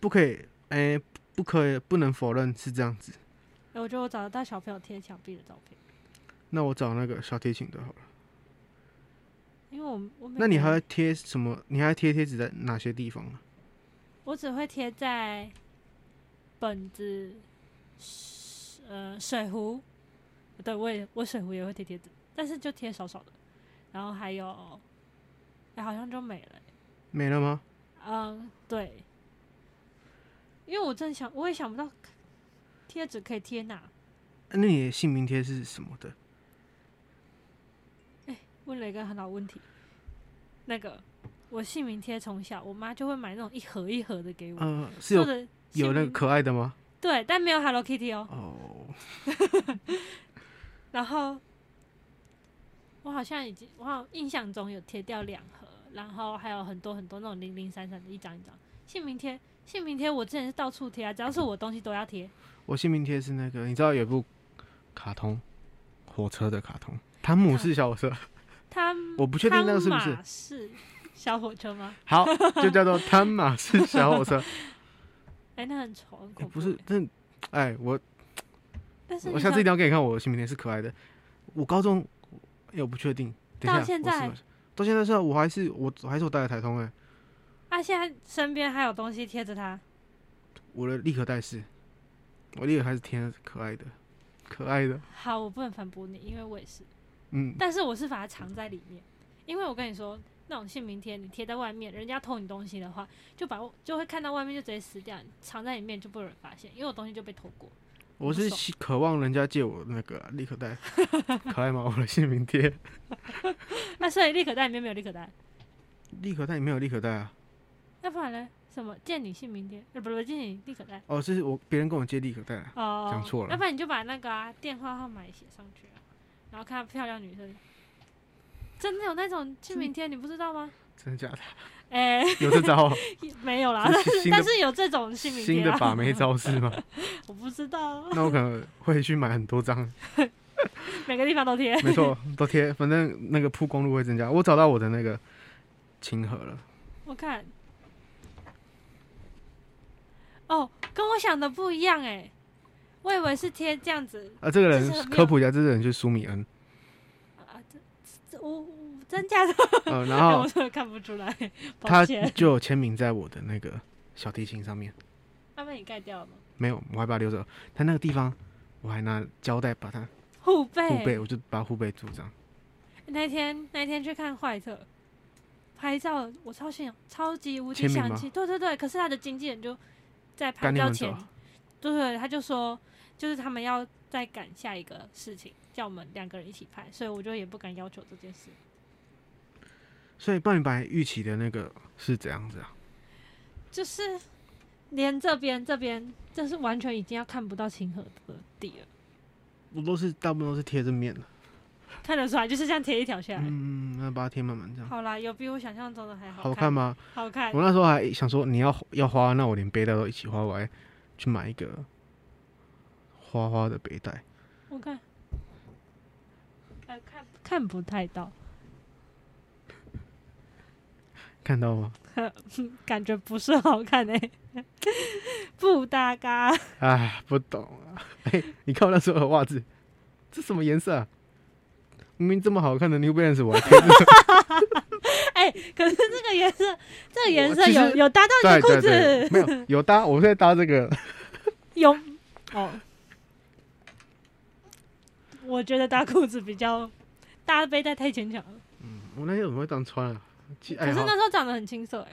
[SPEAKER 2] 不可以，哎，不可以，不能否认是这样子。
[SPEAKER 1] 哎我觉得我找得到小朋友贴墙壁的照片，
[SPEAKER 2] 那我找那个小提琴的好了。
[SPEAKER 1] 因为我我每
[SPEAKER 2] 那你
[SPEAKER 1] 个
[SPEAKER 2] 还要贴什么？你还要贴贴纸在哪些地方啊？
[SPEAKER 1] 我只会贴在本子、是呃水壶，对我也我水壶也会贴贴纸，但是就贴少少的，然后还有，哎、好像就没了欸、
[SPEAKER 2] 没了吗？
[SPEAKER 1] 嗯，对，因为我真的想，我也想不到贴纸可以贴哪，
[SPEAKER 2] 那你的姓名贴是什么的？
[SPEAKER 1] 问了一个很好问题。那个我姓名贴从小我妈就会买那种一盒一盒的给我，
[SPEAKER 2] 呃，是有
[SPEAKER 1] 或者
[SPEAKER 2] 有
[SPEAKER 1] 姓
[SPEAKER 2] 那个
[SPEAKER 1] 名
[SPEAKER 2] 可爱的吗？
[SPEAKER 1] 对，但没有 Hello Kitty 哦。
[SPEAKER 2] 哦，
[SPEAKER 1] 然后我好像已经，我好像印象中有贴掉两盒，然后还有很多很多那种零零散散的一张一张姓名贴。姓名贴我之前是到处贴啊，只要是我东西都要贴。
[SPEAKER 2] 我姓名贴是那个，你知道有部卡通，火车的卡通，汤姆是小火车，
[SPEAKER 1] 他
[SPEAKER 2] 我不确定那个是不是
[SPEAKER 1] 马。是小火车吗？
[SPEAKER 2] 好，就叫做汤马是小火车，
[SPEAKER 1] 哎、那很丑，很
[SPEAKER 2] 欸
[SPEAKER 1] 恐怖、
[SPEAKER 2] 不是，真的，哎，我
[SPEAKER 1] 但是
[SPEAKER 2] 我
[SPEAKER 1] 你
[SPEAKER 2] 下次
[SPEAKER 1] 看
[SPEAKER 2] 一定要给你看我的姓名贴是可爱的。我高中，哎，我不确定，等一下，
[SPEAKER 1] 到现
[SPEAKER 2] 我试
[SPEAKER 1] 在
[SPEAKER 2] 一下到现在是啊，我还是我我还是我带了台通哎、
[SPEAKER 1] 啊，现在身边还有东西贴着他，
[SPEAKER 2] 我的立可带是，我立可还是贴可爱的，可爱的，
[SPEAKER 1] 好，我不能反驳你，因为我也是。
[SPEAKER 2] 嗯，
[SPEAKER 1] 但是我是把它藏在里面，因为我跟你说，那种姓名贴你贴在外面，人家偷你东西的话，就把就会看到外面就直接撕掉，你藏在里面就不会有人发现，因为我东西就被偷过。
[SPEAKER 2] 我是
[SPEAKER 1] 爽
[SPEAKER 2] 希渴望人家借我那个立 可带，可爱吗？我的姓名贴，
[SPEAKER 1] 那、所以立可袋里面没有立可袋，
[SPEAKER 2] 立可带里面有立可带啊。
[SPEAKER 1] 那不然呢？什么见你姓名贴？呃，不是不是见你立可袋。
[SPEAKER 2] 哦，这是我别人跟我借立可带啊。
[SPEAKER 1] 哦，
[SPEAKER 2] 讲错了
[SPEAKER 1] 要不然你就把那个、啊、电话号码也写上去、啊，然后看到漂亮女生，真的有那种姓名贴，你不知道 吗？
[SPEAKER 2] 真的假 的？
[SPEAKER 1] 哎、
[SPEAKER 2] 有这招、哦？
[SPEAKER 1] 没有啦，
[SPEAKER 2] 这
[SPEAKER 1] 但
[SPEAKER 2] 是
[SPEAKER 1] 是
[SPEAKER 2] 新的
[SPEAKER 1] 但是有这种姓名
[SPEAKER 2] 新
[SPEAKER 1] 贴
[SPEAKER 2] 的把
[SPEAKER 1] 啊，
[SPEAKER 2] 妹招式吗？
[SPEAKER 1] 我不知 道，
[SPEAKER 2] 那我可能会去买很多张，
[SPEAKER 1] 每个地方都贴。
[SPEAKER 2] 没错，都贴，反正那个曝光率会增加。我找到我的那个亲和了，
[SPEAKER 1] 我看，哦，跟我想的不一样哎，我以为是贴这样子
[SPEAKER 2] 啊，这个
[SPEAKER 1] 这是
[SPEAKER 2] 人
[SPEAKER 1] 没有
[SPEAKER 2] 科普一下，这个人就是苏米 恩，
[SPEAKER 1] 啊，这这我我真假的，
[SPEAKER 2] 呃，然
[SPEAKER 1] 我
[SPEAKER 2] 后
[SPEAKER 1] 真的看不出来，哎抱
[SPEAKER 2] 他
[SPEAKER 1] 歉，
[SPEAKER 2] 就有签名在我的那个小提琴上面，
[SPEAKER 1] 他被你盖掉了吗？
[SPEAKER 2] 没有，我还把它留着。他那个地方，我还拿胶带把它
[SPEAKER 1] 护背，
[SPEAKER 2] 护背，我就把护背住这样。
[SPEAKER 1] 那天那天去看坏特拍照，我超想超级无敌
[SPEAKER 2] 签名
[SPEAKER 1] 想
[SPEAKER 2] 吗
[SPEAKER 1] 气，对对对。可是他的经纪人就在拍
[SPEAKER 2] 干你
[SPEAKER 1] 照
[SPEAKER 2] 们
[SPEAKER 1] 前
[SPEAKER 2] 走啊，
[SPEAKER 1] 对对，他就说就是他们要再赶下一个事情，叫我们两个人一起拍，所以我就也不敢要求这件事。
[SPEAKER 2] 所以，半你本来预期的那个是怎样子啊？
[SPEAKER 1] 就是连这边这边，这是完全已经要看不到清河的地了，
[SPEAKER 2] 我都是大部分都是贴着面的，
[SPEAKER 1] 看得出来就是这样贴一条下来。
[SPEAKER 2] 嗯，那把它贴满满这样，
[SPEAKER 1] 好啦，有比我想象中的还
[SPEAKER 2] 好
[SPEAKER 1] 好
[SPEAKER 2] 看
[SPEAKER 1] 看，
[SPEAKER 2] 吗？
[SPEAKER 1] 好看
[SPEAKER 2] 我那时候还想说你要要花，那我连背带都一起花，我还去买一个花花的背带，
[SPEAKER 1] 我看，呃，看看不太到，
[SPEAKER 2] 看到吗？
[SPEAKER 1] 感觉不是好看哎、不搭嘎。
[SPEAKER 2] 哎，不懂啊！ 哎、你看我那时候的袜子，这什么颜色啊？明明这么好看的 New Balance，我还贴着
[SPEAKER 1] 哎、可是这个颜色，这个颜色
[SPEAKER 2] 我其实
[SPEAKER 1] 有有搭到
[SPEAKER 2] 对
[SPEAKER 1] 你的裤
[SPEAKER 2] 对
[SPEAKER 1] 子，
[SPEAKER 2] 对，没有有搭，我在搭这个，
[SPEAKER 1] 有哦。我觉得搭裤子比较搭背带太牵强了，
[SPEAKER 2] 我那天怎么会这样穿啊？其
[SPEAKER 1] 可
[SPEAKER 2] 爱
[SPEAKER 1] 是
[SPEAKER 2] 好
[SPEAKER 1] 那时候长得很青涩哎、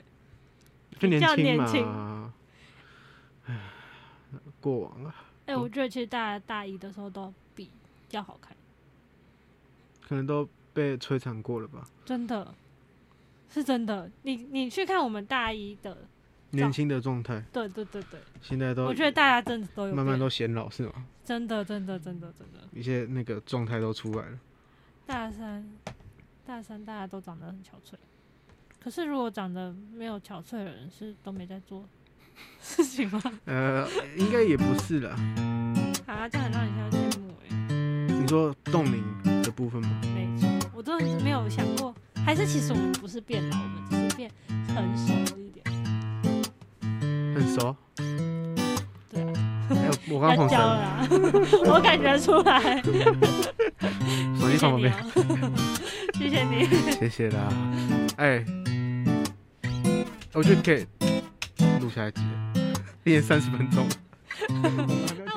[SPEAKER 2] 就
[SPEAKER 1] 比
[SPEAKER 2] 年
[SPEAKER 1] 较
[SPEAKER 2] 轻
[SPEAKER 1] 年
[SPEAKER 2] 嘛，
[SPEAKER 1] 轻
[SPEAKER 2] 唉过往啊，
[SPEAKER 1] 哎、我觉得其实大家大一的时候都比较好看，
[SPEAKER 2] 可能都被摧残过了吧。
[SPEAKER 1] 真的是真的。你你去看我们大一的，
[SPEAKER 2] 年轻的状态，
[SPEAKER 1] 对对对对，
[SPEAKER 2] 现在都
[SPEAKER 1] 我觉得大家真的都有
[SPEAKER 2] 慢慢
[SPEAKER 1] 变
[SPEAKER 2] 都显老是吗？
[SPEAKER 1] 真的真的真的真的，
[SPEAKER 2] 一些那个状态都出来了。
[SPEAKER 1] 大三大三大家都长得很憔悴，可是如果长得没有憔悴的人是都没在做事情 吗？
[SPEAKER 2] 呃，应该也不是啦。
[SPEAKER 1] 啊，这样很让人家羡慕哎、
[SPEAKER 2] 你说冻龄的部分吗？
[SPEAKER 1] 没错，我真的没有想过，还是其实我们不是变老，我们只是变成熟一点。
[SPEAKER 2] 很熟。
[SPEAKER 1] 对啊，
[SPEAKER 2] 哎我刚
[SPEAKER 1] 要
[SPEAKER 2] 红
[SPEAKER 1] 交
[SPEAKER 2] 绳
[SPEAKER 1] 了
[SPEAKER 2] 了，
[SPEAKER 1] 啊，我感觉出 来。
[SPEAKER 2] 手
[SPEAKER 1] 谢谢
[SPEAKER 2] 机放旁
[SPEAKER 1] 你
[SPEAKER 2] 边。
[SPEAKER 1] 哦，谢谢你。啊
[SPEAKER 2] 谢谢啦。哎、 我觉得可以录下一集，练三十分钟。哎哎